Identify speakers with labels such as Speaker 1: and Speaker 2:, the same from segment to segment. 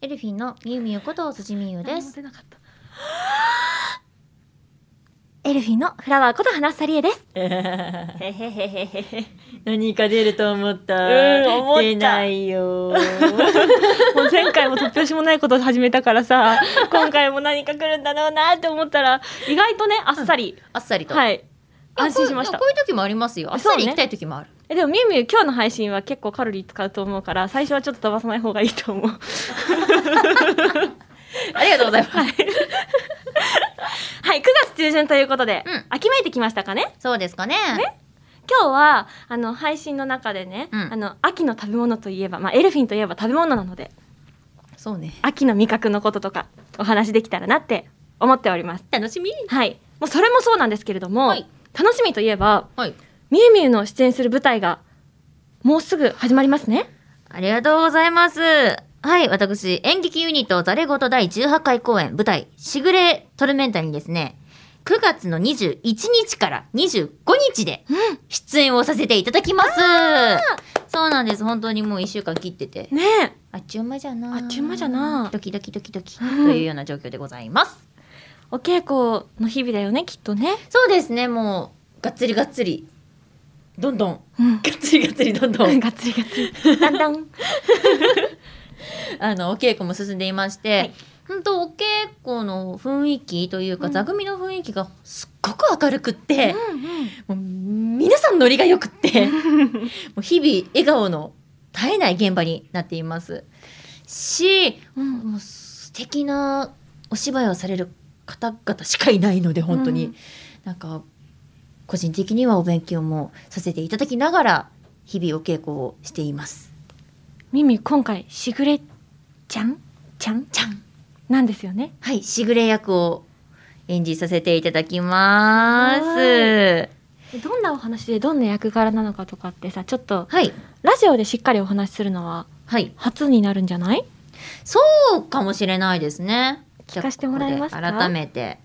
Speaker 1: エルフィンのみゆみゆこと辻みゆで
Speaker 2: 何も
Speaker 1: す
Speaker 2: 出なかった
Speaker 1: エルフィンのフラワーこと花さりえですへへへへへ
Speaker 2: 何か出ると思った。
Speaker 1: うん思った
Speaker 2: 出ないよ。
Speaker 1: もう前回も突拍子もないことを始めたからさ
Speaker 2: 今回も何か来るんだろうなって思ったら、意外とね、あっさり。
Speaker 1: あっさりと、い
Speaker 2: はい。
Speaker 1: や
Speaker 2: 安心しまし
Speaker 1: こ
Speaker 2: た
Speaker 1: う。いうこういう時もありますよあっさり行きたい時もある、
Speaker 2: えでもみゆみゆ今日の配信は結構カロリー使うと思うから最初はちょっと飛ばさない方がいいと思う
Speaker 1: ありがとうございます、
Speaker 2: はい9月中旬ということで、
Speaker 1: うん
Speaker 2: 秋めいてきましたかね
Speaker 1: そうですかね
Speaker 2: ね今日はあの配信の中でね、
Speaker 1: うん
Speaker 2: あの秋の食べ物といえば、まあ、エルフィンといえば食べ物なので
Speaker 1: そうね
Speaker 2: 秋の味覚のこととかお話できたらなって思っております
Speaker 1: 楽しみ
Speaker 2: はいもうそれもそうなんですけれども、
Speaker 1: はい
Speaker 2: 楽しみといえば
Speaker 1: はい
Speaker 2: みゆみゆの出演する舞台がもうすぐ始まりますね
Speaker 1: ありがとうございます。はい、私、演劇ユニット、ザレゴと第18回公演、舞台、しぐれトルメンタにですね、9月の21日から25日で、出演をさせていただきます。そうなんです。本当にもう1週間切ってて。
Speaker 2: ねえ
Speaker 1: あっちゅう間じゃな
Speaker 2: あっちゅう間じゃな
Speaker 1: ドキドキドキドキ。と
Speaker 2: うん
Speaker 1: いうような状況でございます。
Speaker 2: お稽古の日々だよねきっとね
Speaker 1: そうですね、もう、がっつりがっつり。どんどん。
Speaker 2: うん
Speaker 1: がっつりがっつりどんど ん。
Speaker 2: がっつりがっつり。だんだん。
Speaker 1: あのお稽古も進んでいまして、
Speaker 2: はい
Speaker 1: 本当お稽古の雰囲気というか、
Speaker 2: うん
Speaker 1: 座組の雰囲気がすっごく明るくって、もう皆さんノリがよくって、もう日々笑顔の絶えない現場になっていますし、
Speaker 2: うん
Speaker 1: もう素敵なお芝居をされる方々しかいないので本当に、
Speaker 2: うん
Speaker 1: なんか個人的にはお勉強もさせていただきながら日々お稽古をしています。
Speaker 2: ミミ、今回、しぐれちゃんちゃん
Speaker 1: じゃん
Speaker 2: なんですよね。
Speaker 1: はい、しぐれ役を演じさせていただきます。
Speaker 2: は
Speaker 1: は
Speaker 2: ーどんなお話でどんな役柄なのかとかってさ、ちょっと、
Speaker 1: い、
Speaker 2: ラジオでしっかりお話しするのは
Speaker 1: はい、
Speaker 2: 初になるんじゃない
Speaker 1: そうかもしれないですね。
Speaker 2: 聞かせてもらえますか
Speaker 1: じゃあここで改めて、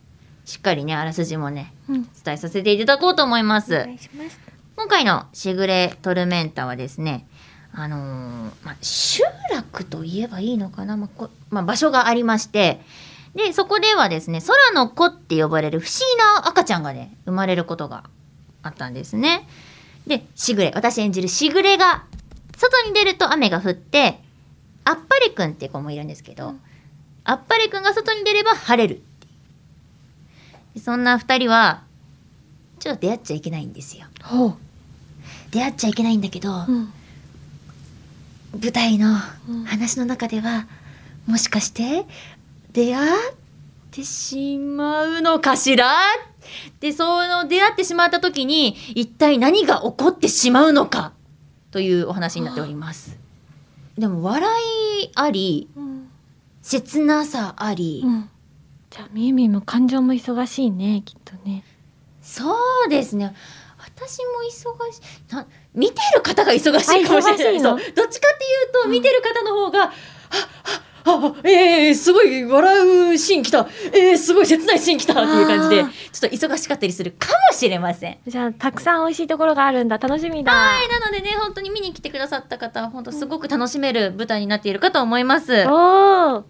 Speaker 1: しっかりね、あらすじもね、
Speaker 2: うん。
Speaker 1: 伝えさせていただこうと思います。
Speaker 2: いします。
Speaker 1: 今回のしぐれトルメンタはですね、あのーまあ、集落と言えばいいのかな、まあこまあ、場所がありまして、で、そこではですね、空の子って呼ばれる不思議な赤ちゃんがね、生まれることがあったんですね。で、しぐれ、私演じるしぐれが、外に出ると雨が降って、あっぱれくんって子もいるんですけど、
Speaker 2: うん
Speaker 1: あっぱれくんが外に出れば晴れるっていうでそんな二人は、ちょっと出会っちゃいけないんですよ。
Speaker 2: ほう。
Speaker 1: 出会っちゃいけないんだけど、
Speaker 2: うん。
Speaker 1: 舞台の
Speaker 2: うん
Speaker 1: 話の中では、もしかして出会ってしまうのかしらでその出会ってしまった時に一体何が起こってしまうのかというお話になっております。でも笑いあり
Speaker 2: うん。
Speaker 1: 切なさあり、
Speaker 2: じゃあ、ミミも感情も忙しいね、きっとね。
Speaker 1: そうですね私も忙しいな見てる方が忙しいかもしれな
Speaker 2: あ忙し
Speaker 1: い
Speaker 2: いの
Speaker 1: そうどっちかっていうと見てる方の方が、あああえー、すごい笑うシーン来たえー、すごい切ないシーン来たっていう感じで
Speaker 2: あー
Speaker 1: ちょっと忙しかったりするかもしれません。
Speaker 2: じゃあ、たくさん美味しいところがあるんだ。楽しみだ。
Speaker 1: はいなのでね本当に見に来てくださった方は本当すごく楽しめる舞台になっているかと思います。
Speaker 2: おー。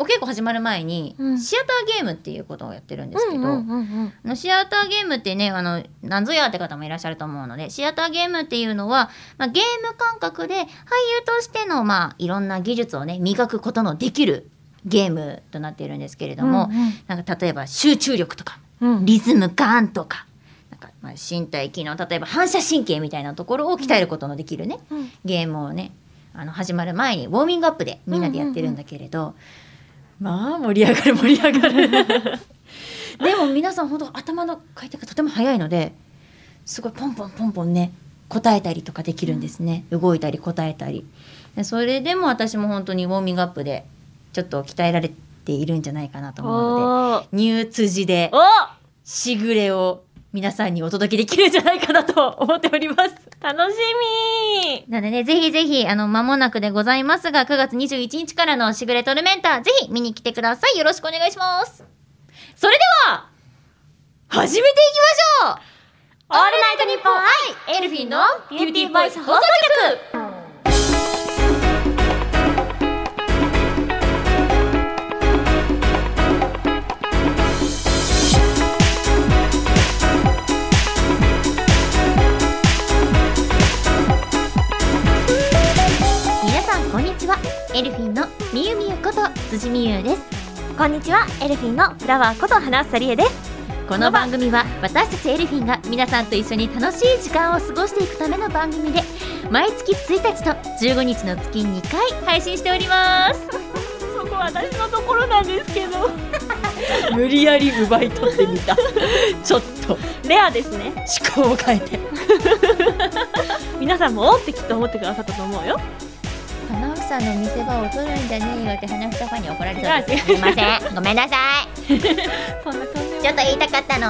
Speaker 1: お稽古始まる前に、
Speaker 2: うん
Speaker 1: シアターゲームっていうことをやってるんですけど、
Speaker 2: うんうんうん
Speaker 1: あのシアターゲームってね、あの、なんぞやって方もいらっしゃると思うので、シアターゲームっていうのは、まあ、ゲーム感覚で俳優としての、まあ、いろんな技術をね、磨くことのできるゲームとなっているんですけれども、
Speaker 2: うんうん
Speaker 1: なんか例えば集中力とか、
Speaker 2: うん。うん。
Speaker 1: リズム感とか、なんかまあ身体機能、例えば反射神経みたいなところを鍛えることのできるね、
Speaker 2: うん
Speaker 1: ゲームをねあの始まる前にウォーミングアップでみんなでやってるんだけれど、まあ盛り上がる盛り上がる でも皆さん本当頭の回転がとても早いのですごいポンポンポンポンね答えたりとかできるんですね、動いたり答えたりでそれでも私も本当にウォーミングアップでちょっと鍛えられているんじゃないかなと思うので
Speaker 2: おー。
Speaker 1: ニュー辻で
Speaker 2: おー
Speaker 1: しぐれを皆さんにお届けできるんじゃないかなと思っております
Speaker 2: 楽しみ
Speaker 1: なのでね、ぜひぜひ、あの、間もなくでございますが、9月21日からのしぐれトルメンター、ぜひ見に来てください。よろしくお願いします。それでは、始めていきましょうオールナイトニッポン愛エルフィンのビューティーボイス放送局
Speaker 3: エルフィンのみゆみゆこと辻みゆです
Speaker 4: こんにちはエルフィンのフラワーこと花さりえです
Speaker 3: この番組は私たちエルフィンが皆さんと一緒に楽しい時間を過ごしていくための番組で毎月1日と15日の月2回配信しております
Speaker 2: そこは私のところなんですけど
Speaker 1: 無理やり奪い取ってみ たちょっと
Speaker 2: レアですね
Speaker 1: 思考を変えて
Speaker 2: 皆さんもおってきっと思ってくださったと思うよ
Speaker 3: 花房の見せ場を取るんじゃねえよって花房ファンに怒られ
Speaker 2: じゃあ
Speaker 3: すいま せんごめんなさい
Speaker 2: そんな感じ
Speaker 3: ちょっと言いたかったの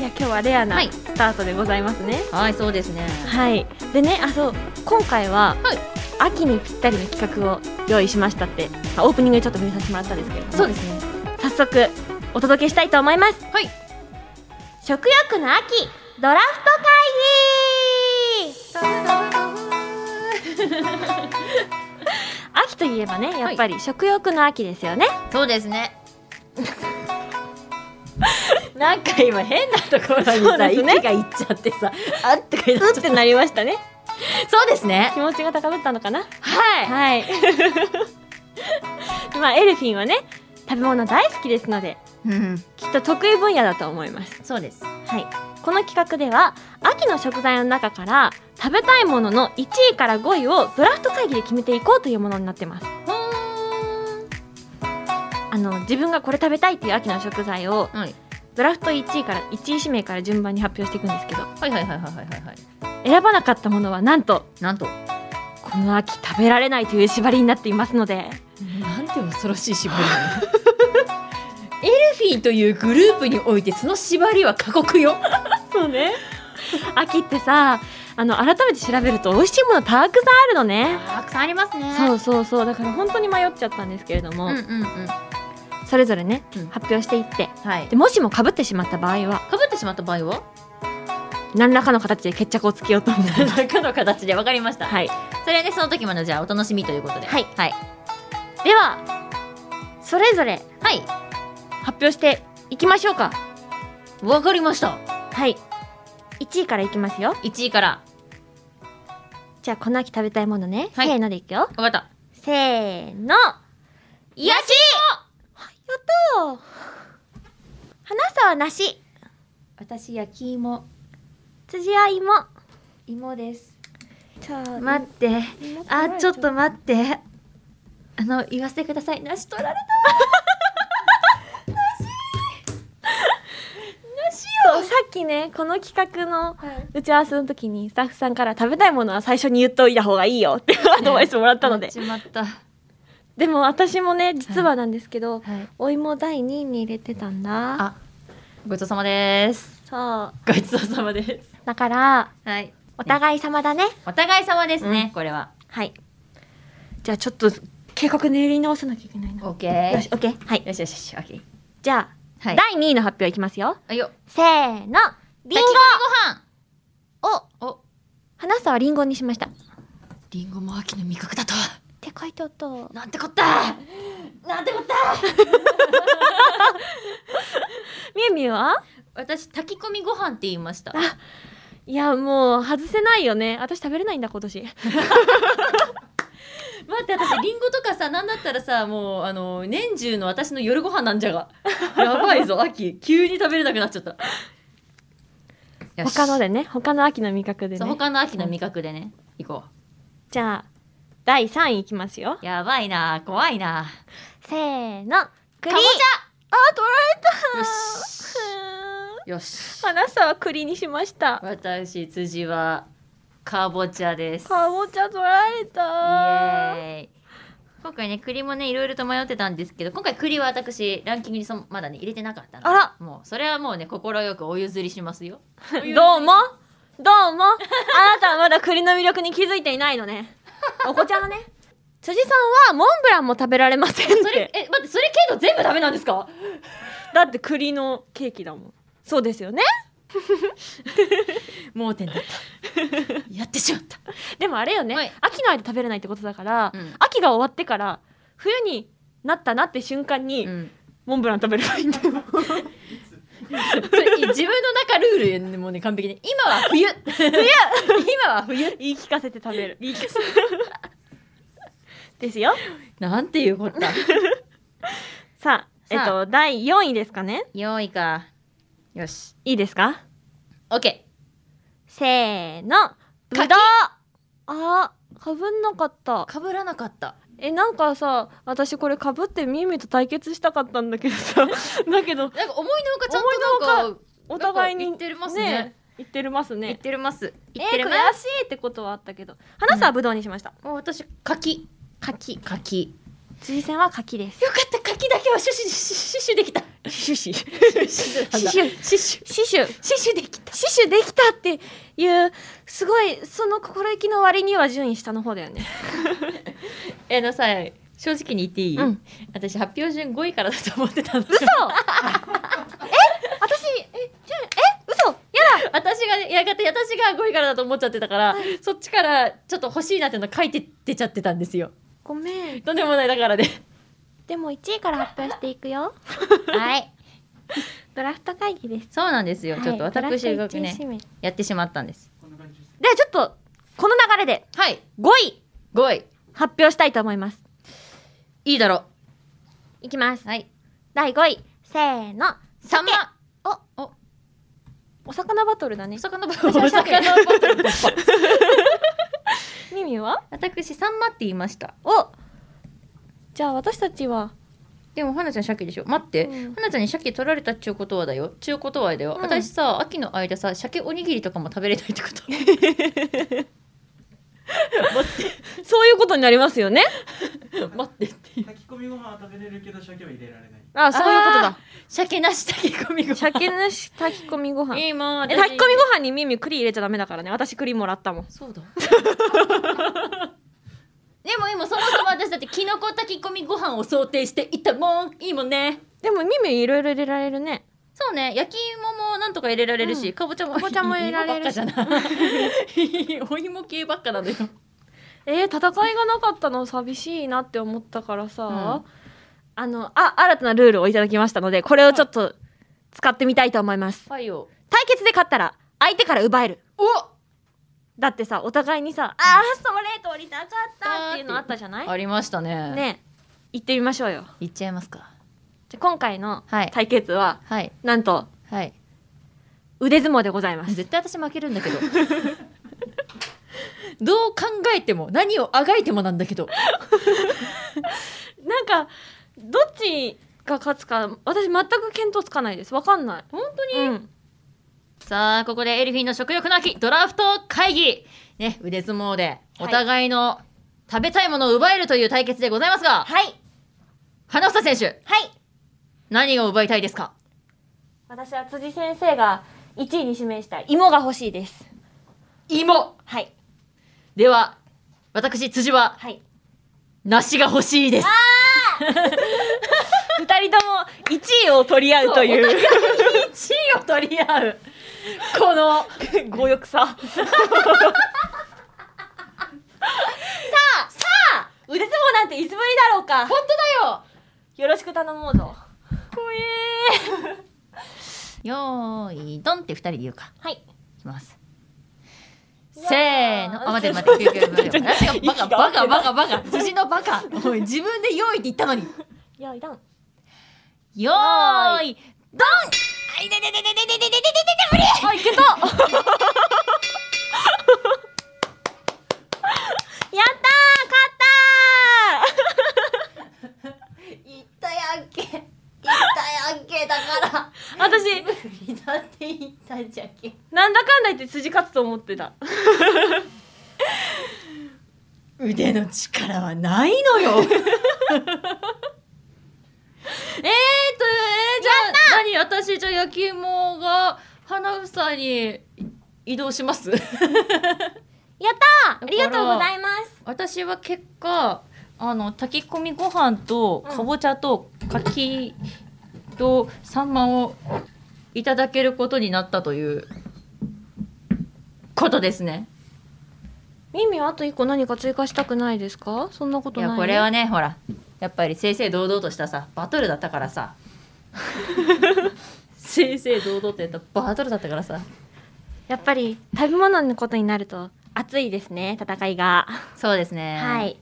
Speaker 2: いや今日はレアな
Speaker 3: はい
Speaker 2: スタートでございますね
Speaker 1: はいそうですね
Speaker 2: はい、でねあそう今回は、
Speaker 3: はい
Speaker 2: 秋にぴったりの企画を用意しましたってまあオープニングでちょっと見させてもらったんですけれども
Speaker 3: すね
Speaker 2: 早速お届けしたいと思います
Speaker 3: はい
Speaker 4: 食欲の秋ドラフト会
Speaker 2: 秋といえばねやっぱり食欲の秋ですよね、
Speaker 3: そうですね
Speaker 1: なんか今変なところに
Speaker 2: そう
Speaker 1: さ、
Speaker 2: ですね
Speaker 1: 息がいっちゃってさあってか言っ
Speaker 2: うってなりましたね
Speaker 3: そうですね
Speaker 2: 気持ちが高ぶったのかな
Speaker 3: はい
Speaker 2: はい まあエルフィンはね食べ物大好きですので
Speaker 3: うん
Speaker 2: きっと得意分野だと思います
Speaker 3: そうです
Speaker 2: はい、この企画では秋の食材の中から食べたいものの1位から5位をドラフト会議で決めていこうというものになってますあの自分がこれ食べたいっていう秋の食材を
Speaker 3: はい
Speaker 2: ドラフト1位から1位指名から順番に発表していくんですけど
Speaker 1: はいはいはいはいはいはい
Speaker 2: 選ばなかったものはなんと
Speaker 3: なんと
Speaker 2: この秋食べられないという縛りになっていますので
Speaker 1: なんて恐ろしい縛りなの エルフィンというグループにおいてその縛りは過酷よ
Speaker 2: そうね秋ってさあの改めて調べると美味しいものたくさんあるのね
Speaker 3: たくさんありますね
Speaker 2: そうそうそうだから本当に迷っちゃったんですけれども、
Speaker 3: うんうんうん
Speaker 2: それぞれね、
Speaker 3: うん
Speaker 2: 発表していって
Speaker 3: はい
Speaker 2: でもしもかぶってしまった場合は
Speaker 1: かぶってしまった場合は
Speaker 2: 何らかの形で決着をつけよう と思います。
Speaker 1: 中の形で分かりました
Speaker 2: はい、
Speaker 3: それはねその時までじゃあお楽しみということで
Speaker 2: はい
Speaker 3: はい
Speaker 2: ではそれぞれ
Speaker 3: はい
Speaker 2: 発表していきましょうか
Speaker 1: 分かりました
Speaker 2: はい1位からいきますよ
Speaker 1: 1位から
Speaker 2: じゃあこの秋食べたいものね、
Speaker 1: はい
Speaker 2: せーのでいくよ
Speaker 1: 分かった
Speaker 2: せーの
Speaker 3: 癒し
Speaker 2: おー花沢梨
Speaker 1: 私焼き芋
Speaker 2: 辻は芋
Speaker 1: 芋です
Speaker 2: ちょ
Speaker 3: 待ってあちょっと待って
Speaker 1: あの言わせてくださいなし取られ
Speaker 2: そうさっきねこの企画の打ち合わせの時にスタッフさんから食べたいものは最初に言っといた方がいいよっていうアドバイスもらったので、
Speaker 1: ちまった
Speaker 2: でも私もね実はなんですけど、
Speaker 1: はい
Speaker 2: お芋第2位に入れてたんだ
Speaker 1: あごちそうさまです
Speaker 2: そう
Speaker 1: ごちそうさまです
Speaker 2: だから
Speaker 1: はい
Speaker 2: お互い様だね
Speaker 1: お互い様ですね、これは
Speaker 2: はいじゃあちょっと計画練り直さなきゃいけないな
Speaker 1: オ
Speaker 2: よ
Speaker 1: ッケー
Speaker 2: し OK はい
Speaker 1: よしよしよしオッケー
Speaker 2: じゃあ、
Speaker 1: はい
Speaker 2: 第2位の発表いきますよ
Speaker 1: あよ
Speaker 2: せーのりんご
Speaker 1: ご飯おお
Speaker 2: 花さはりんごにしましたっ
Speaker 1: リンゴも秋の味覚だとは
Speaker 2: て書いてあった
Speaker 1: なんてこったなんてこった
Speaker 2: みゆみゆは
Speaker 1: 私炊き込みご飯って言いました
Speaker 2: あいやもう外せないよね私食べれないんだ今年
Speaker 1: 待って私リンゴとかさなんだったらさもうあの年中の私の夜ご飯なんじゃがやばいぞ秋急に食べれなくなっちゃったよし
Speaker 2: 他のでね他の秋の味覚で
Speaker 1: そう
Speaker 2: ね
Speaker 1: 他の秋の味覚でね行こ
Speaker 2: じゃあ第3位いきますよ
Speaker 1: うやばいな怖いな
Speaker 2: せーの栗
Speaker 1: かぼちゃ
Speaker 2: あ取
Speaker 1: よ
Speaker 2: られ
Speaker 1: しよし
Speaker 2: 花さは栗にしました
Speaker 1: 私辻はかぼちゃです
Speaker 2: かぼちゃ取られ
Speaker 1: イエ
Speaker 2: た
Speaker 1: ーイ今回ね栗もねいろいろと迷ってたんですけど今回栗は私ランキングにそまだね入れてなかったので
Speaker 2: あら
Speaker 1: もうそれはもうね心よくお譲りしますよど
Speaker 2: どうもどうも あなたはまだ栗の魅力に気づいていないのねお子ちゃんのね辻さんはモンブランも食べられませんっ
Speaker 1: それ
Speaker 2: て
Speaker 1: え待ってそれけど全部ダメなんですか
Speaker 2: だって栗のケーキだもんそうですよね
Speaker 1: 盲点だったやってしまった
Speaker 2: でもあれよね、
Speaker 1: はい
Speaker 2: 秋の間食べれないってことだから、
Speaker 1: うん
Speaker 2: 秋が終わってから冬になったなって瞬間に、
Speaker 1: うん
Speaker 2: モンブラン食べればいいんだよ
Speaker 1: それ自分の中ルールねもうね完 璧に今は冬冬今は冬
Speaker 2: 言い聞かせて食べる
Speaker 1: いいか
Speaker 2: ですよ
Speaker 5: なんていうこった。
Speaker 2: さあ
Speaker 1: さあ
Speaker 2: えっと第4位ですかね
Speaker 1: 4位か。よし。
Speaker 2: いいですか
Speaker 1: オッケ
Speaker 2: せーのぶどう
Speaker 1: 柿
Speaker 2: あーかぶんなかった
Speaker 1: ー。かぶらなかった。
Speaker 2: えなんかさ私これかぶってミーミーと対決したかったんだけど さだけど
Speaker 1: なんか思いのほかちゃんとなんか
Speaker 2: お互いに
Speaker 1: なんか言ってますね
Speaker 2: 言ってるます
Speaker 1: 言っ
Speaker 2: ね
Speaker 1: てるます。
Speaker 2: え
Speaker 1: 言って
Speaker 2: ー、
Speaker 1: る
Speaker 2: 悔
Speaker 1: ね。
Speaker 2: しいってことはあったけど花さんはぶどうにしました、
Speaker 1: もう私柿。柿。柿。
Speaker 2: 辻さんは柿です
Speaker 1: よかった柿だけはシュシュシュシュシュできた。
Speaker 2: シュシュシュ
Speaker 1: シュシュシュシュ
Speaker 2: シュ
Speaker 1: シュできた。
Speaker 2: 死守できたっていうすごいその心意気の割には順位下の方だよね
Speaker 5: え、なさい。正直に言っていい、
Speaker 2: うん
Speaker 5: 私発表順5位からだと思ってたの。
Speaker 2: 嘘え私えじゃえ嘘や
Speaker 5: 私がね、やがて私が5位からだと思っちゃってたから、そっちからちょっと欲しいなっての書いて出ちゃってたんですよ。
Speaker 2: ごめん
Speaker 5: とんでもないだからね。
Speaker 2: でも1位から発表していくよ
Speaker 1: はい。
Speaker 2: ドラフト会議です
Speaker 1: そうなんですよ。ちょっと
Speaker 2: はい
Speaker 1: 私が
Speaker 2: ドラフト一位
Speaker 1: ね
Speaker 2: 指名
Speaker 1: やってしまったんです。
Speaker 2: ではちょっとこの流れで
Speaker 1: はい。
Speaker 2: 5位
Speaker 1: 5位。
Speaker 2: 発表したいと思います
Speaker 1: いいだろ
Speaker 2: いきます
Speaker 1: う。はい。
Speaker 2: 第5位せーの
Speaker 1: サンマ。おお
Speaker 2: お魚バトルだね
Speaker 1: 魚バ
Speaker 5: 大
Speaker 1: トル。
Speaker 5: 阪のバトルだった。
Speaker 2: ミミは
Speaker 1: 私サンマって言いました。
Speaker 2: おじゃあ私たちは
Speaker 1: でも花ちゃん鮭でしょ待って、
Speaker 2: うん
Speaker 1: 花ちゃんに鮭取られたっちゅうことはだよちゅうことはだよ、
Speaker 2: うん
Speaker 1: 私さ秋の間さ鮭おにぎりとかも食べれないって こと
Speaker 2: そういうことになりますよね
Speaker 5: 待ってっていう。
Speaker 6: 炊き込みご飯は食べれるけど鮭は入れられない。
Speaker 2: あそういうことだ
Speaker 1: 鮭なし炊き込みご飯
Speaker 2: 鮭なし炊き込みご飯え
Speaker 1: いいもん
Speaker 2: 炊き込みご飯にミミ栗入れちゃダメだからね私栗もらったもん
Speaker 1: そうだでも今そもそも私だってキノコ炊き込みご飯を想定していたもんいいもんね
Speaker 2: でもミミいろいろ入れられるね
Speaker 1: そうね焼き芋もなんとか入れられるし、
Speaker 2: うん
Speaker 1: かぼちゃも
Speaker 2: かぼちゃも入れられるし
Speaker 1: 芋ばっかじゃないお芋系ばっかなのよ
Speaker 2: えー、戦いがなかったの寂しいなって思ったからさ、あのあ新たなルールをいただきましたのでこれをちょっと使ってみたいと思います
Speaker 1: はいよ
Speaker 2: 対決で勝ったら相手から奪える
Speaker 1: お
Speaker 2: だってさお互いにさ「あーそれ取りたかった」っていうのあったじゃない
Speaker 1: ありましたね
Speaker 2: ねえ行ってみましょうよ
Speaker 1: いっちゃいますか
Speaker 2: じゃあ今回の
Speaker 1: はい
Speaker 2: 対決は、
Speaker 1: はい
Speaker 2: なんと
Speaker 1: はい
Speaker 2: 腕相撲でございます
Speaker 1: 絶対私負けるんだけど
Speaker 5: どう考えても、何をあがいてもなんだけど。
Speaker 2: なんかどっちが勝つか私全く見当つかないですわかんない
Speaker 1: 本当に
Speaker 2: 当に、うん
Speaker 1: さあここでエルフィンの食欲の秋ドラフト会議ね腕相撲で
Speaker 2: はい
Speaker 1: お互いの食べたいものを奪えるという対決でございますが、
Speaker 2: はい
Speaker 1: 花房選手
Speaker 2: はい
Speaker 1: 何を奪いたいですか
Speaker 2: 私は辻先生が1位に指名した芋が欲しいです
Speaker 1: 芋
Speaker 2: はい
Speaker 1: では私辻は
Speaker 2: はい
Speaker 1: 梨が欲しいです
Speaker 2: 2人とも1位を取り合うという
Speaker 1: 1位を取り合うこ の
Speaker 2: 強欲ささあさあ腕相撲なんていつぶりだろうか本当だよよろしく頼もうぞ
Speaker 1: よーいどんって2人で言うか
Speaker 2: はい
Speaker 1: いきますせ
Speaker 2: や
Speaker 1: ー
Speaker 2: ー
Speaker 1: のあ待って待って待って待って待って待って
Speaker 2: 息が
Speaker 1: バ
Speaker 2: 合って
Speaker 1: カ
Speaker 2: ない
Speaker 1: バカバカバカ辻のバカおい自分で用意って言ったのに
Speaker 2: よいどん
Speaker 1: よーいどん
Speaker 2: あいけたやったー勝ったー
Speaker 1: 言ったやんけ言ったやんけだから
Speaker 2: 私
Speaker 1: 無理だって言ったじゃけ
Speaker 2: なんだかんだ言って辻勝つと思ってた
Speaker 1: 腕の力はないのよ えーとえー、じゃあ何私じゃあ焼き芋が花房に移動します
Speaker 2: やったーありがとうございます
Speaker 1: 私は結果あの炊き込みご飯と
Speaker 2: うん
Speaker 1: かぼちゃと柿とサンマをいただけることになったということですね。
Speaker 2: ミミはあと一個何か追加したくないですかそんなこ
Speaker 1: い
Speaker 2: とない
Speaker 1: やこれはねほらやっぱり正々堂々としたさバトルだったから さ正々堂々とやったバトルだったからさ
Speaker 2: やっぱり食べ物のことになると熱いですね戦いが
Speaker 1: そうですね
Speaker 2: はい
Speaker 1: い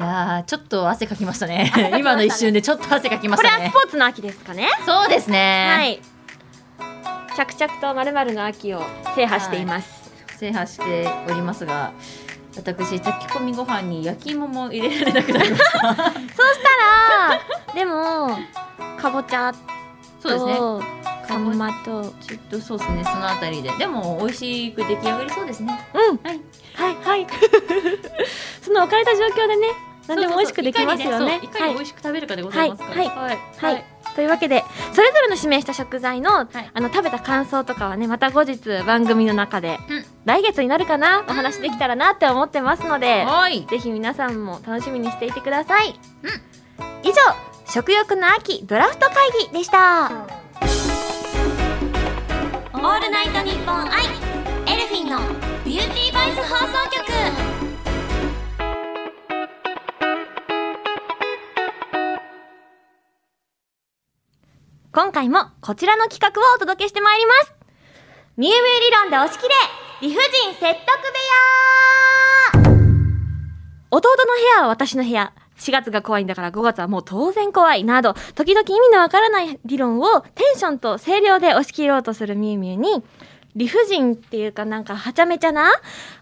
Speaker 1: やーちょっと 汗かきましたね今の一瞬でちょっと汗かきまし
Speaker 2: これ
Speaker 1: た
Speaker 2: はス
Speaker 1: ね
Speaker 2: ポーツの秋ですかね
Speaker 1: そうですね、
Speaker 2: はい着々とまるまるの秋を制覇しています、
Speaker 1: 制覇しておりますが私炊き込みご飯に焼き芋も入れられなくなりました
Speaker 2: あーでもかぼちゃ
Speaker 1: そうですね
Speaker 2: と
Speaker 1: か
Speaker 2: か
Speaker 1: ぼ
Speaker 2: んまと
Speaker 1: ちょっとそうですねそのあたりででも美味しく出来上がりそうですね
Speaker 2: うん
Speaker 1: はい
Speaker 2: はいはい その置かれた状況でね何でも美味しくできます
Speaker 1: そう
Speaker 2: よね
Speaker 1: そうそういかにねそういかに美味しく食べるかでございますから
Speaker 2: はい
Speaker 1: はい
Speaker 2: はい、というわけでそれぞれの指名した食材の,、あの食べた感想とかはねまた後日番組の中で、
Speaker 1: うん
Speaker 2: 来月になるかなお話できたらなって思ってますので、
Speaker 1: はい
Speaker 2: ぜひ皆さんも楽しみにしていてください、以上食欲の秋ドラフト会議でした、
Speaker 5: オールナイトニッポンアイエルフィンのビューティーバイス放送局
Speaker 2: 今回もこちらの企画をお届けしてまいりますみゆみゆ理論で押し切れ理不尽説得部屋弟の部屋は私の部屋4月が怖いんだから5月はもう当然怖いなど時々意味のわからない理論をテンションと声量で押し切ろうとするみゆみゆに理不尽っていうかなんかはちゃめちゃな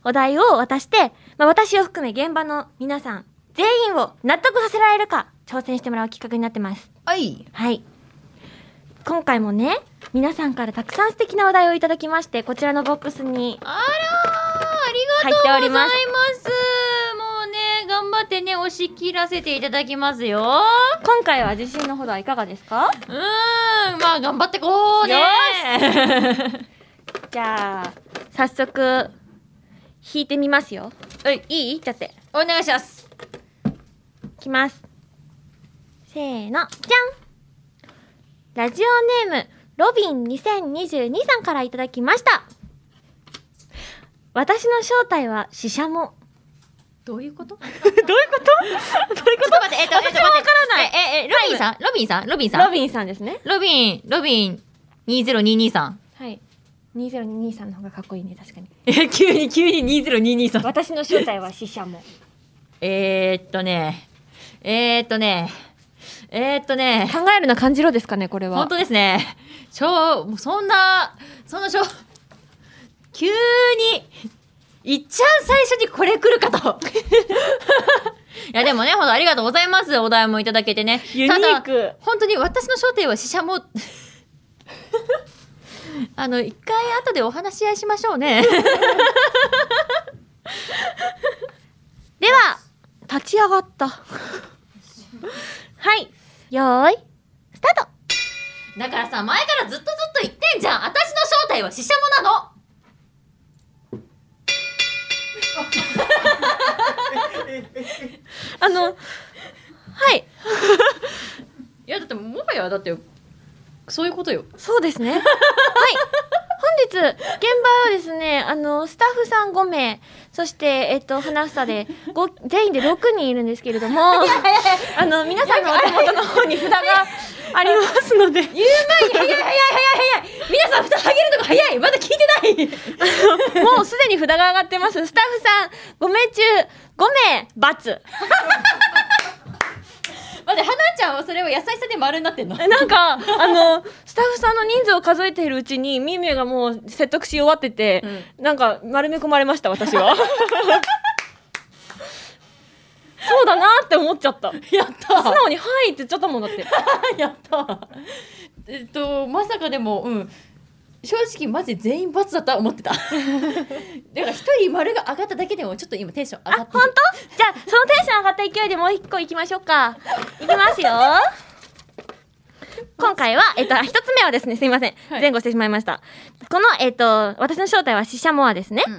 Speaker 2: お題を渡して、まあ、私を含め現場の皆さん全員を納得させられるか挑戦してもらう企画になってます
Speaker 1: はい
Speaker 2: はい。今回もね、皆さんからたくさん素敵なお題をいただきまして、こちらのボックスに
Speaker 1: あらーあ
Speaker 2: 入
Speaker 1: り
Speaker 2: ってお
Speaker 1: がとう
Speaker 2: り
Speaker 1: ござい
Speaker 2: ま。
Speaker 1: ますもうね頑張ってね押し切らせていただきますよう
Speaker 2: 今回は自信のほどはいかがですか
Speaker 1: ーんまあ頑張ってこうね
Speaker 2: よ じゃあ、早速、引いてみますよ。
Speaker 1: はい
Speaker 2: いいちゃって。
Speaker 1: お願いします
Speaker 2: いきます。せーの、じゃんラジオネーム、ロビン2022さんからいただきました。私の正体はシシャモ。
Speaker 1: どういうこと
Speaker 2: どういうことどういうこと
Speaker 1: 待って、えっと、えっと、わからない。え、え、ロビンさん、ロビンさん、ロビンさ
Speaker 2: ロ
Speaker 1: ん。
Speaker 2: ビンさんですね。
Speaker 1: ロビン、ロビン、二ゼロ二二さん。
Speaker 2: はい。2022さんの方がかっこいいね、確かに。
Speaker 1: え、急に、急に二ゼロ二二さん。
Speaker 2: 私の正体は死者も。
Speaker 1: えー、っとね。えー、っとね。えー、っとね。
Speaker 2: 考えるな感じろですかね、これは
Speaker 1: 本。当ですね。 超、もうそんな、そんな超。急に。いっちゃん最初にこれ来るかと。 いやでもね、ほんとありがとうございます。お題もいただけてね。
Speaker 2: ユニーク。
Speaker 1: 本当に私の焦点は死者も あの一回後でお話し合いしましょう ね
Speaker 2: では、立ち上がった。はい。よーい。スタート
Speaker 1: だからさ前からずっとずっと言ってんじゃん私の正体は死者もなの
Speaker 2: あの、はい。
Speaker 1: いやだってもはやだってそういうことよ
Speaker 2: そうです ね。はい。本日、現場はですね、あの、スタッフさん5名、そして、えっと、花房で、ご全員で6人い るんですけれども、あの、皆さんのお手元の方に札がありますので、
Speaker 1: 言う前に早い早い早い早い皆さん蓋はげるのが早いまだ聞いてない
Speaker 2: もうすでに札が上がってます。スタッフさん、5名中、5名、バツ。
Speaker 1: 待って花ちゃんはそれを優しさで丸になってんの
Speaker 2: なんか、あの、スタッフさんの人数を数えているうちに、みゆみゆがもう説得し終わってて、なんか丸め込まれました、私は。 そうだなって思っちゃった。
Speaker 1: やった
Speaker 2: 素直に「はい」って言っちゃったもんだって
Speaker 1: やったえっとまさかでもうん正直マジで全員罰だとは思ってただから一人丸が上がっただけでもちょっと今テンション上がってる
Speaker 2: じゃあそのテンション上がった勢いでもう一個いきましょうかいきま すよ今回は、えっと、一つ目はですね、すいません。
Speaker 1: はい
Speaker 2: 前後してしまいました。この、えっと、私の正体は死者モアですね。
Speaker 1: ん
Speaker 2: 成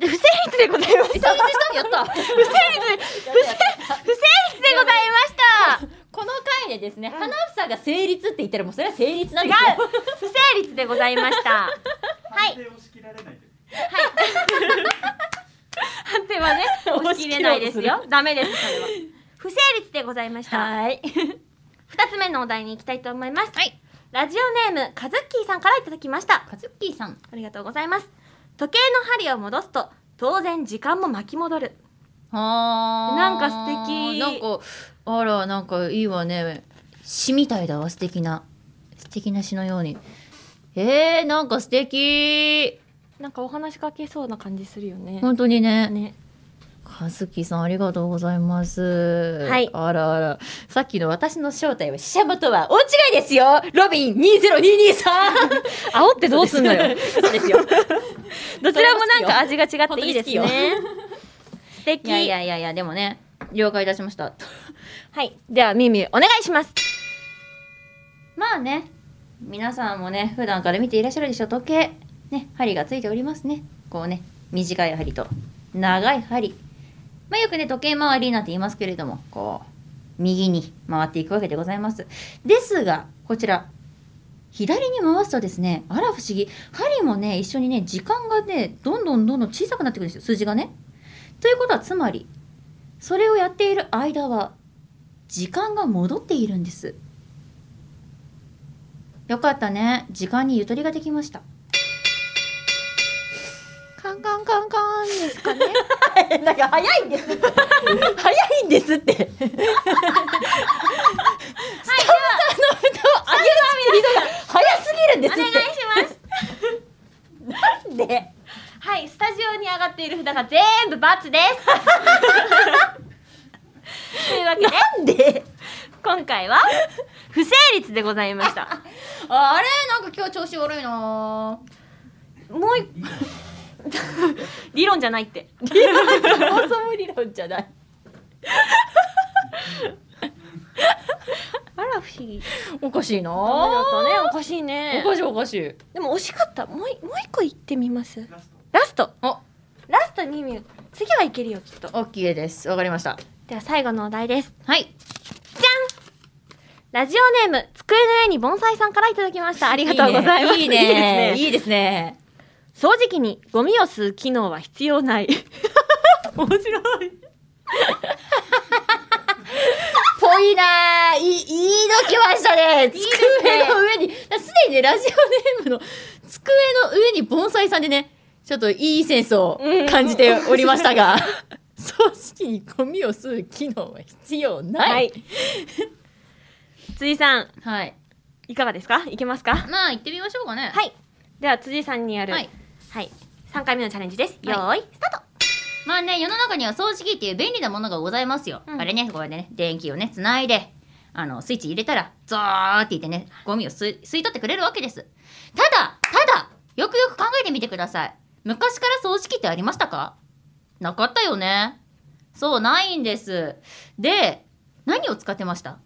Speaker 2: 立、不成立でござ いまし
Speaker 1: え
Speaker 2: た。
Speaker 1: 成立したやった
Speaker 2: 不成立、不成、不成立でございました。
Speaker 1: この回でですね花房が成立って言ったらもうそれは成立なんですよ
Speaker 2: 不成立でございま した。
Speaker 6: 判定をしきられないという。
Speaker 2: 判定はね、押し切れないですよ。ダメです、そ れは。不成立でございました。
Speaker 1: はい
Speaker 2: 二つ目のお題に行きたいと思います。
Speaker 1: はい
Speaker 2: ラジオネーム、カズッキーさんからいただきました。
Speaker 1: カズッキーさん
Speaker 2: ありがとうございます。時計の針を戻すと、当然時間も巻き戻る。
Speaker 1: はあ
Speaker 2: なんか素敵
Speaker 1: なんかあらなんかいいわね詩みたいだわ素敵な素敵な詩のようにえー、なんか素敵
Speaker 2: なんかお話しかけそうな感じするよね。
Speaker 1: 本当にね
Speaker 2: ね、
Speaker 1: 和樹さんありがとうございます。
Speaker 2: はい
Speaker 1: あらあら。さっきの私の正体は死者とは大違いですよロビン20223
Speaker 2: 煽ってどうすん のよ。
Speaker 1: そうですよ。
Speaker 2: どちらもなんか味が違っていいです
Speaker 1: 本当
Speaker 2: ね。素敵
Speaker 1: いやいやいやいや、でもね、了解いたしました。
Speaker 2: はい、ではミミお願いします。
Speaker 1: まあね、皆さんもね、普段から見ていらっしゃるでしょう、時計。ね、針がついておりますね。こうね、短い針と長い針。まあよくね、時計回りなんて言いますけれども、こう、右に回っていくわけでございます。ですが、こちら、左に回すとですね、あら不思議、針もね、一緒にね、時間がね、どんどんどんどん小さくなってくるんですよ、数字がね。ということは、つまり、それをやっている間は、時間が戻っているんです。よかったね。時間にゆとりができました。
Speaker 2: カンカンカンカンですかね。
Speaker 1: なんか早いんです。早いんですって。はい、じゃあの歌を上げるスピードが早すぎるんですって。お願いします。なんで
Speaker 2: はい、スタジオに上がっている札が全部バツ です。というわけで
Speaker 1: なんで
Speaker 2: 今回は不成立でございました。
Speaker 1: ああれなんか今日調子悪いな
Speaker 2: もう一理論じゃないって。
Speaker 1: ぁ。そもそも理論じゃない。
Speaker 2: あら不思議。
Speaker 1: おかしいなぁ。
Speaker 2: ダメだったね。おかしいね
Speaker 1: お。かしいおかしい。
Speaker 2: でも惜しかった。もういもう一個行ってみます。
Speaker 6: ラスト
Speaker 2: ラスト。
Speaker 1: お
Speaker 2: ラストミミュ。次はいけるよきっと。
Speaker 1: オッケーです。わかりました。
Speaker 2: では最後のお題です。
Speaker 1: はい。
Speaker 2: ラジオネーム机の上に盆栽さんからいただきました。ありがとうございます。
Speaker 1: いいね。
Speaker 2: い
Speaker 1: い
Speaker 2: いですね
Speaker 1: いですね。
Speaker 2: 掃除機にゴミを吸う機能は必要ない。面白い。
Speaker 1: ぽいなぁ。いい、いいのきましたね。机の上に。だすでにね、ラジオネームの机の上に盆栽さんでね、ちょっといいセンスを感じておりましたが、 葬式にゴミを吸う機能は必要ない。はい。。
Speaker 2: 辻さん、いかがですかいけますか
Speaker 1: まあ、行ってみましょうかね。
Speaker 2: はい。では辻さんにやる。
Speaker 1: はい。
Speaker 2: はい。3回目のチャレンジです。よ
Speaker 1: は
Speaker 2: ーい、スタート
Speaker 1: まあね、世の中には掃除機っていう便利なものがございますよ。
Speaker 2: うん
Speaker 1: あれね、こうやってね、電気をね、つないで、あの、スイッチ入れたら、ゾーって言ってね、ゴミを吸い吸い取ってくれるわけです。ただ、ただ、よくよく考えてみてください。昔から掃除機ってありましたかなかったよね。そう、ないんです。で、何を使ってました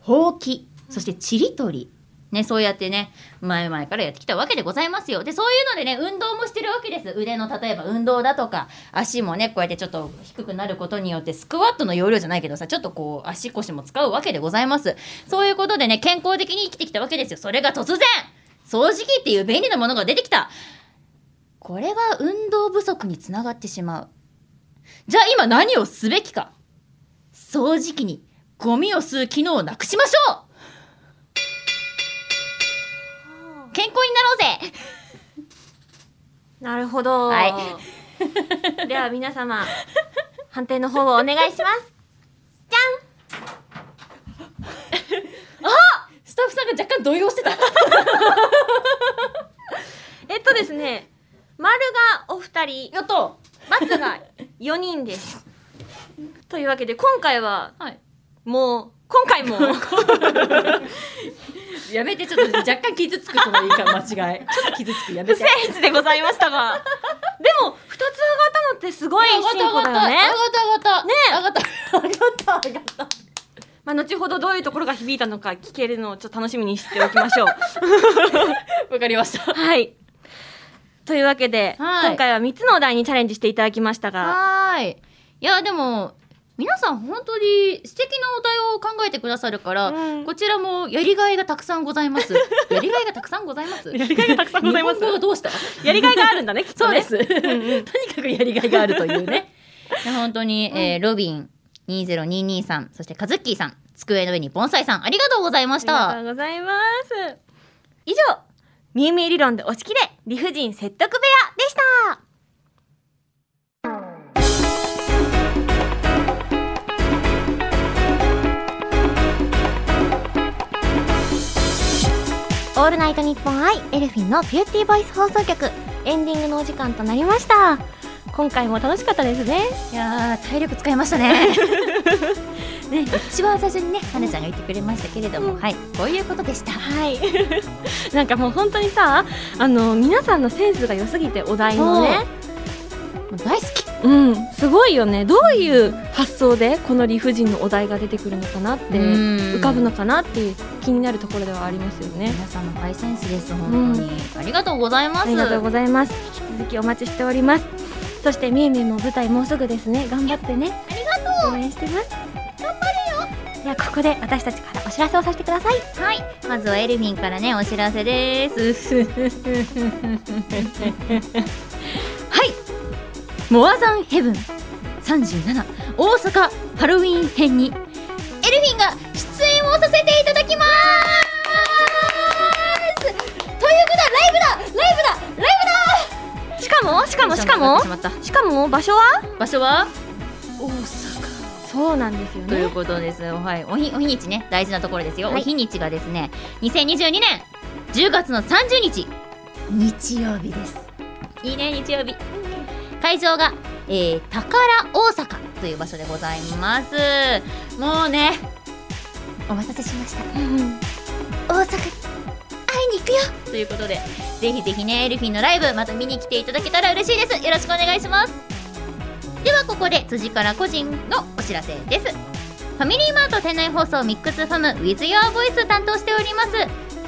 Speaker 1: ほうき、そしてちりとり。ね、そうやってね、前々からやってきたわけでございますよ。で、そういうのでね、運動もしてるわけです。腕の例えば運動だとか、足もね、こうやってちょっと低くなることによって、スクワットの要領じゃないけどさ、ちょっとこう、足腰も使うわけでございます。そういうことでね、健康的に生きてきたわけですよ。それが突然、掃除機っていう便利なものが出てきた。これが運動不足につながってしまう。じゃあ今何をすべきか。掃除機にゴミを吸う機能をなくしましょう健康になろうぜ
Speaker 2: なるほど。。
Speaker 1: はい
Speaker 2: では皆様、判定の方をお願いします。
Speaker 1: スタッフさんが若干動揺してた
Speaker 2: えっとですね、丸がお二人、
Speaker 1: やった
Speaker 2: バツが4人 です。というわけで今回は
Speaker 1: はい
Speaker 2: もう、今回 も、
Speaker 1: やめてちょっと若干傷つくその言い方間違いちょっと傷つくや
Speaker 2: 不成立でございましたが でも二つ上がったのってすごい進歩だよね
Speaker 1: 上がった上がった上がったね上がった上がった上がっ
Speaker 2: まあ後ほどどういうところが響いたのか聞けるのをちょっと楽しみにしておきましょう
Speaker 1: たわかりました
Speaker 2: はいというわけで、
Speaker 1: はい
Speaker 2: 今回は三つのお題にチャレンジしていただきましたが
Speaker 1: はーいいやでも皆さん本当に素敵なお題を考えてくださるから、
Speaker 2: うん
Speaker 1: こちらもやりがいがたくさんございますやりがいがたくさんございます
Speaker 2: やりがいがたくさんございます
Speaker 1: 日本語はどうした
Speaker 2: やりがいがあるんだねきっと
Speaker 1: そうで
Speaker 2: ね
Speaker 1: す。 と にかくやりがいがあるというね。いや本当に、えーロビン20223さん、そしてカズッキーさん、机の上に盆栽さん、ありがとうございまし
Speaker 2: ありが
Speaker 1: た。
Speaker 2: とうございます以上みゆみゆ理論で押し切れ理不尽説得部屋でしたオールナイトニッポンアイエルフィンのビューティーボイス放送局エンディングのお時間となりました今回も楽しかったですね
Speaker 1: いやー体力使いました ねね一番最初にね花ちゃんが言ってくれましたけれども、
Speaker 2: うん
Speaker 1: はいこういうことでした
Speaker 2: はいなんかもう本当にさあの皆さんのセンスが良すぎてお題のね
Speaker 1: 大好き
Speaker 2: うんすごいよねどういう発想でこの理不尽のお題が出てくるのかなって
Speaker 1: うん
Speaker 2: 浮かぶのかなっていう気になるところではありますよね
Speaker 1: 皆さんのハイセンスです本当に、ありがとうございます
Speaker 2: ありがとうございます引き続きお待ちしておりますそしてみゆみゆも舞台もうすぐですね頑張ってねありがとう応援してます頑張れよではここで私たちからお知らせをさせてください
Speaker 1: はい、まずはエルミンからねお知らせです。はい、モアザンヘブン三十七大阪ハロウィン編にエルフィンが出演をさせていただきます。ということはライブだ、ライブだ、ライ
Speaker 2: しかもしか
Speaker 1: ブ
Speaker 2: も
Speaker 1: だ。
Speaker 2: しかも
Speaker 1: しまったしまっ
Speaker 2: しかも場所は
Speaker 1: た場所は
Speaker 2: そうなんですよ
Speaker 1: という
Speaker 2: ね
Speaker 1: ことです。はい、おひお日にちね大事なところですよ。
Speaker 2: はい
Speaker 1: お日にちがですね、2022年10月の30日日曜日です。いいね日曜日。会場が、えー、宝大阪という場所でございます。もうね、お待たせしました。
Speaker 2: うん
Speaker 1: 大阪会いに行くよということで、ぜひぜひねエルフィンのライブまた見に来ていただけたら嬉しいです。よろしくお願いします。ではここで辻から個人のお知らせですファミリーマート店内放送ミックスファム WithYourVoice 担当しておりますフ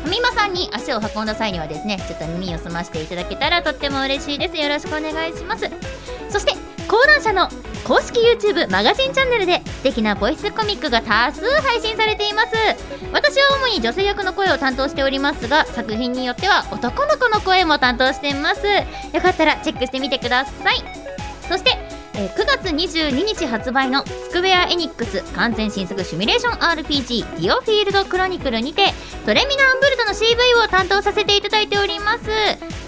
Speaker 1: ァミマさんに足を運んだ際にはですねちょっと耳を澄ましていただけたらとっても嬉しいですよろしくお願いしますそして講談社の公式 YouTube マガジンチャンネルで素敵なボイスコミックが多数配信されています私は主に女性役の声を担当しておりますが作品によっては男の子の声も担当していますよかったらチェックしてみてくださいそして、えー9月22日発売のスクウェア・エニックス完全新作シミュレーション RPG ディオフィールド・クロニクルにてトレミナ・アンブルトの CV を担当させていただいております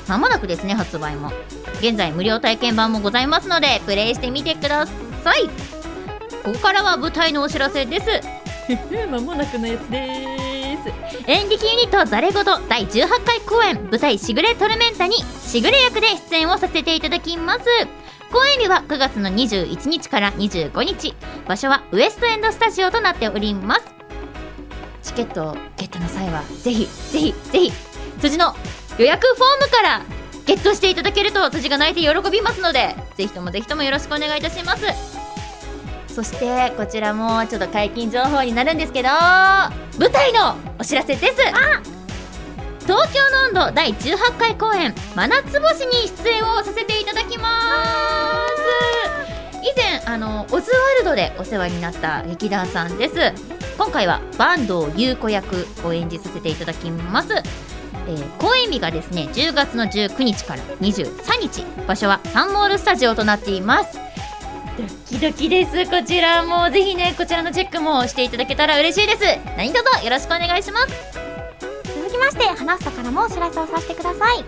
Speaker 1: まもなくですね発売も現在無料体験版もございますのでプレイしてみてくださいここからは舞台のお知らせです
Speaker 5: 間もなくのやつです
Speaker 1: 演劇ユニットザレゴと第18回公演舞台しぐれトルメンタにしぐれ役で出演をさせていただきます公演日は9月の21日から25日場所はウエストエンドスタジオとなっておりますチケットをゲットの際はぜひぜひぜひ辻の予約フォームからゲットしていただけると辻が泣いて喜びますのでぜひともぜひともよろしくお願いいたしますそしてこちらもちょっと解禁情報になるんですけど舞台のお知らせです東京の温度第18回公演「真夏星」に出演をさせていただきます以前あのオズワルドでお世話になった劇団さんです今回は坂東優子役を演じさせていただきます、えー公演日がですね10月の19日から23日場所はサンモールスタジオとなっていますドキドキですこちらもぜひねこちらのチェックもしていただけたら嬉しいです何卒よろしくお願いします
Speaker 2: 続きまして花房からもお知らせをさせてください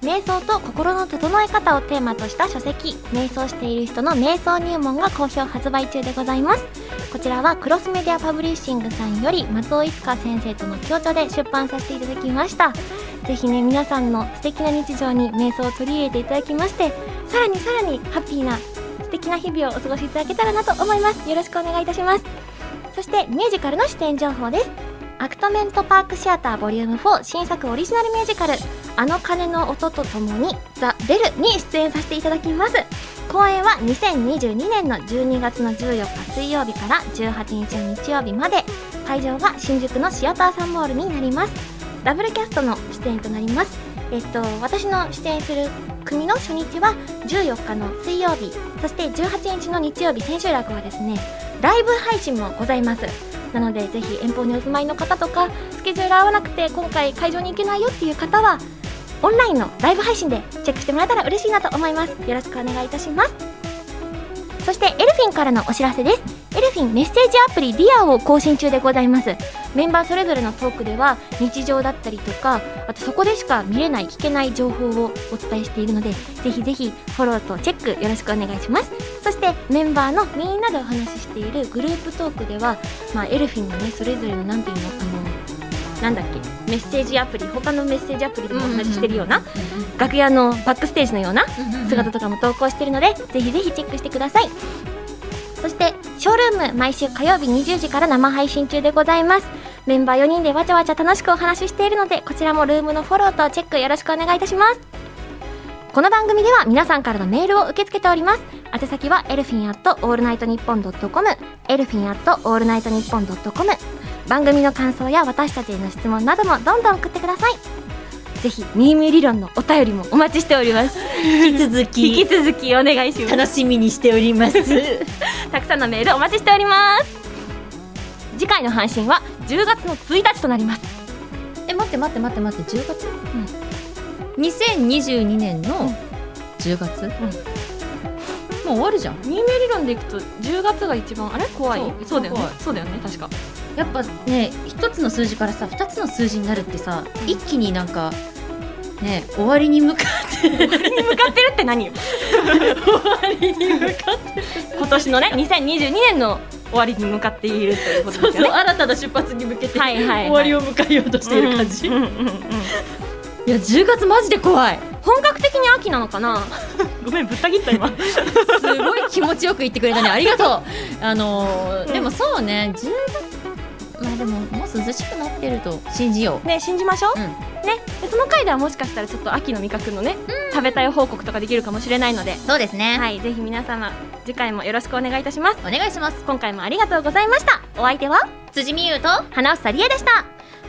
Speaker 2: 瞑想と心の整え方をテーマとした書籍瞑想している人の瞑想入門が好評発売中でございますこちらはクロスメディアパブリッシングさんより松尾一華先生との協調で出版させていただきましたぜひね皆さんの素敵な日常に瞑想を取り入れていただきましてさらにさらにハッピーな素敵な日々をお過ごしいただけたらなと思いますよろしくお願いいたしますそしてミュージカルの出演情報ですアクトメントパークシアターボリューム4新作オリジナルミュージカル「あの鐘の音とともにザ・ベル」に出演させていただきます公演は2022年の12月の14日水曜日から18日の日曜日まで会場は新宿のシアターサンモールになりますダブルキャストの出演となりますえっと私の出演する組の初日は14日の水曜日そして18日の日曜日千秋楽はですねライブ配信もございますなのでぜひ遠方にお住まいの方とかスケジュール合わなくて今回会場に行けないよっていう方はオンラインのライブ配信でチェックしてもらえたら嬉しいなと思いますよろしくお願いいたしますそしてエルフィンからのお知らせですエルフィンメッセージアプリ Dear を更新中でございますメンバーそれぞれのトークでは日常だったりとかあとそこでしか見れない聞けない情報をお伝えしているのでぜひぜひフォローとチェックよろしくお願いしますそしてメンバーのみんなでお話ししているグループトークではまあ、エルフィンのねそれぞれのなんていうのあのなんだっけメッセージアプリ他のメッセージアプリでもお話ししてるような、楽屋のバックステージのような姿とかも投稿してるのでぜひぜひチェックしてくださいそしてショールーム毎週火曜日20時から生配信中でございますメンバー4人でわちゃわちゃ楽しくお話ししているのでこちらもルームのフォローとチェックよろしくお願いいたしますこの番組では皆さんからのメールを受け付けております宛先はエルフィンアットオールナイトニッポンドットコムエルフィンアットオールナイトニッポンドットコム番組の感想や私たちへの質問などもどんどん送ってくださいぜひミーム理論のお便りもお待ちしております
Speaker 7: 引き続
Speaker 2: 引き
Speaker 7: き
Speaker 2: 続きお願いします
Speaker 7: 楽しみにしております。
Speaker 2: たくさんのメールお待ちしております次回の配信は10月の1日となります
Speaker 1: え待って待って待って待って10月、2022年の10月、もう終わるじゃん
Speaker 2: ミーム理論でいくと10月が一番あれ怖い
Speaker 1: そう
Speaker 2: そうだよね
Speaker 1: 怖い
Speaker 2: そうだよね確か
Speaker 1: やっぱね一つの数字からさ二つの数字になるってさ一気になんかね終わりに向かって
Speaker 2: 向かってるって 何よ今年のね2022年の終わりに向かっているということですよね
Speaker 1: 新たな出発に向けて
Speaker 2: はいはいはい
Speaker 1: 終わりを迎えようとしている感じ、
Speaker 2: うんうんうんうん
Speaker 1: いや10月マジで怖い
Speaker 2: 本格的に秋なのかな ごめんぶった切った今
Speaker 1: すごい気持ちよく言ってくれたねありがとうあのーでもそうね10月まあでももう涼しくなってると信じよう
Speaker 2: ね信じましょ
Speaker 1: う
Speaker 2: う、
Speaker 1: ん
Speaker 2: ねでその回ではもしかしたらちょっと秋の味覚のね、食べたい報告とかできるかもしれないので
Speaker 1: そうですね、
Speaker 2: はいぜひ皆様次回もよろしくお願いいたします
Speaker 1: お願いします
Speaker 2: 今回もありがとうございましたお相手は
Speaker 1: 辻美優と
Speaker 2: 花房理恵でした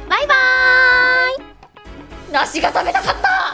Speaker 2: バイバーイ
Speaker 1: 梨が食べたかった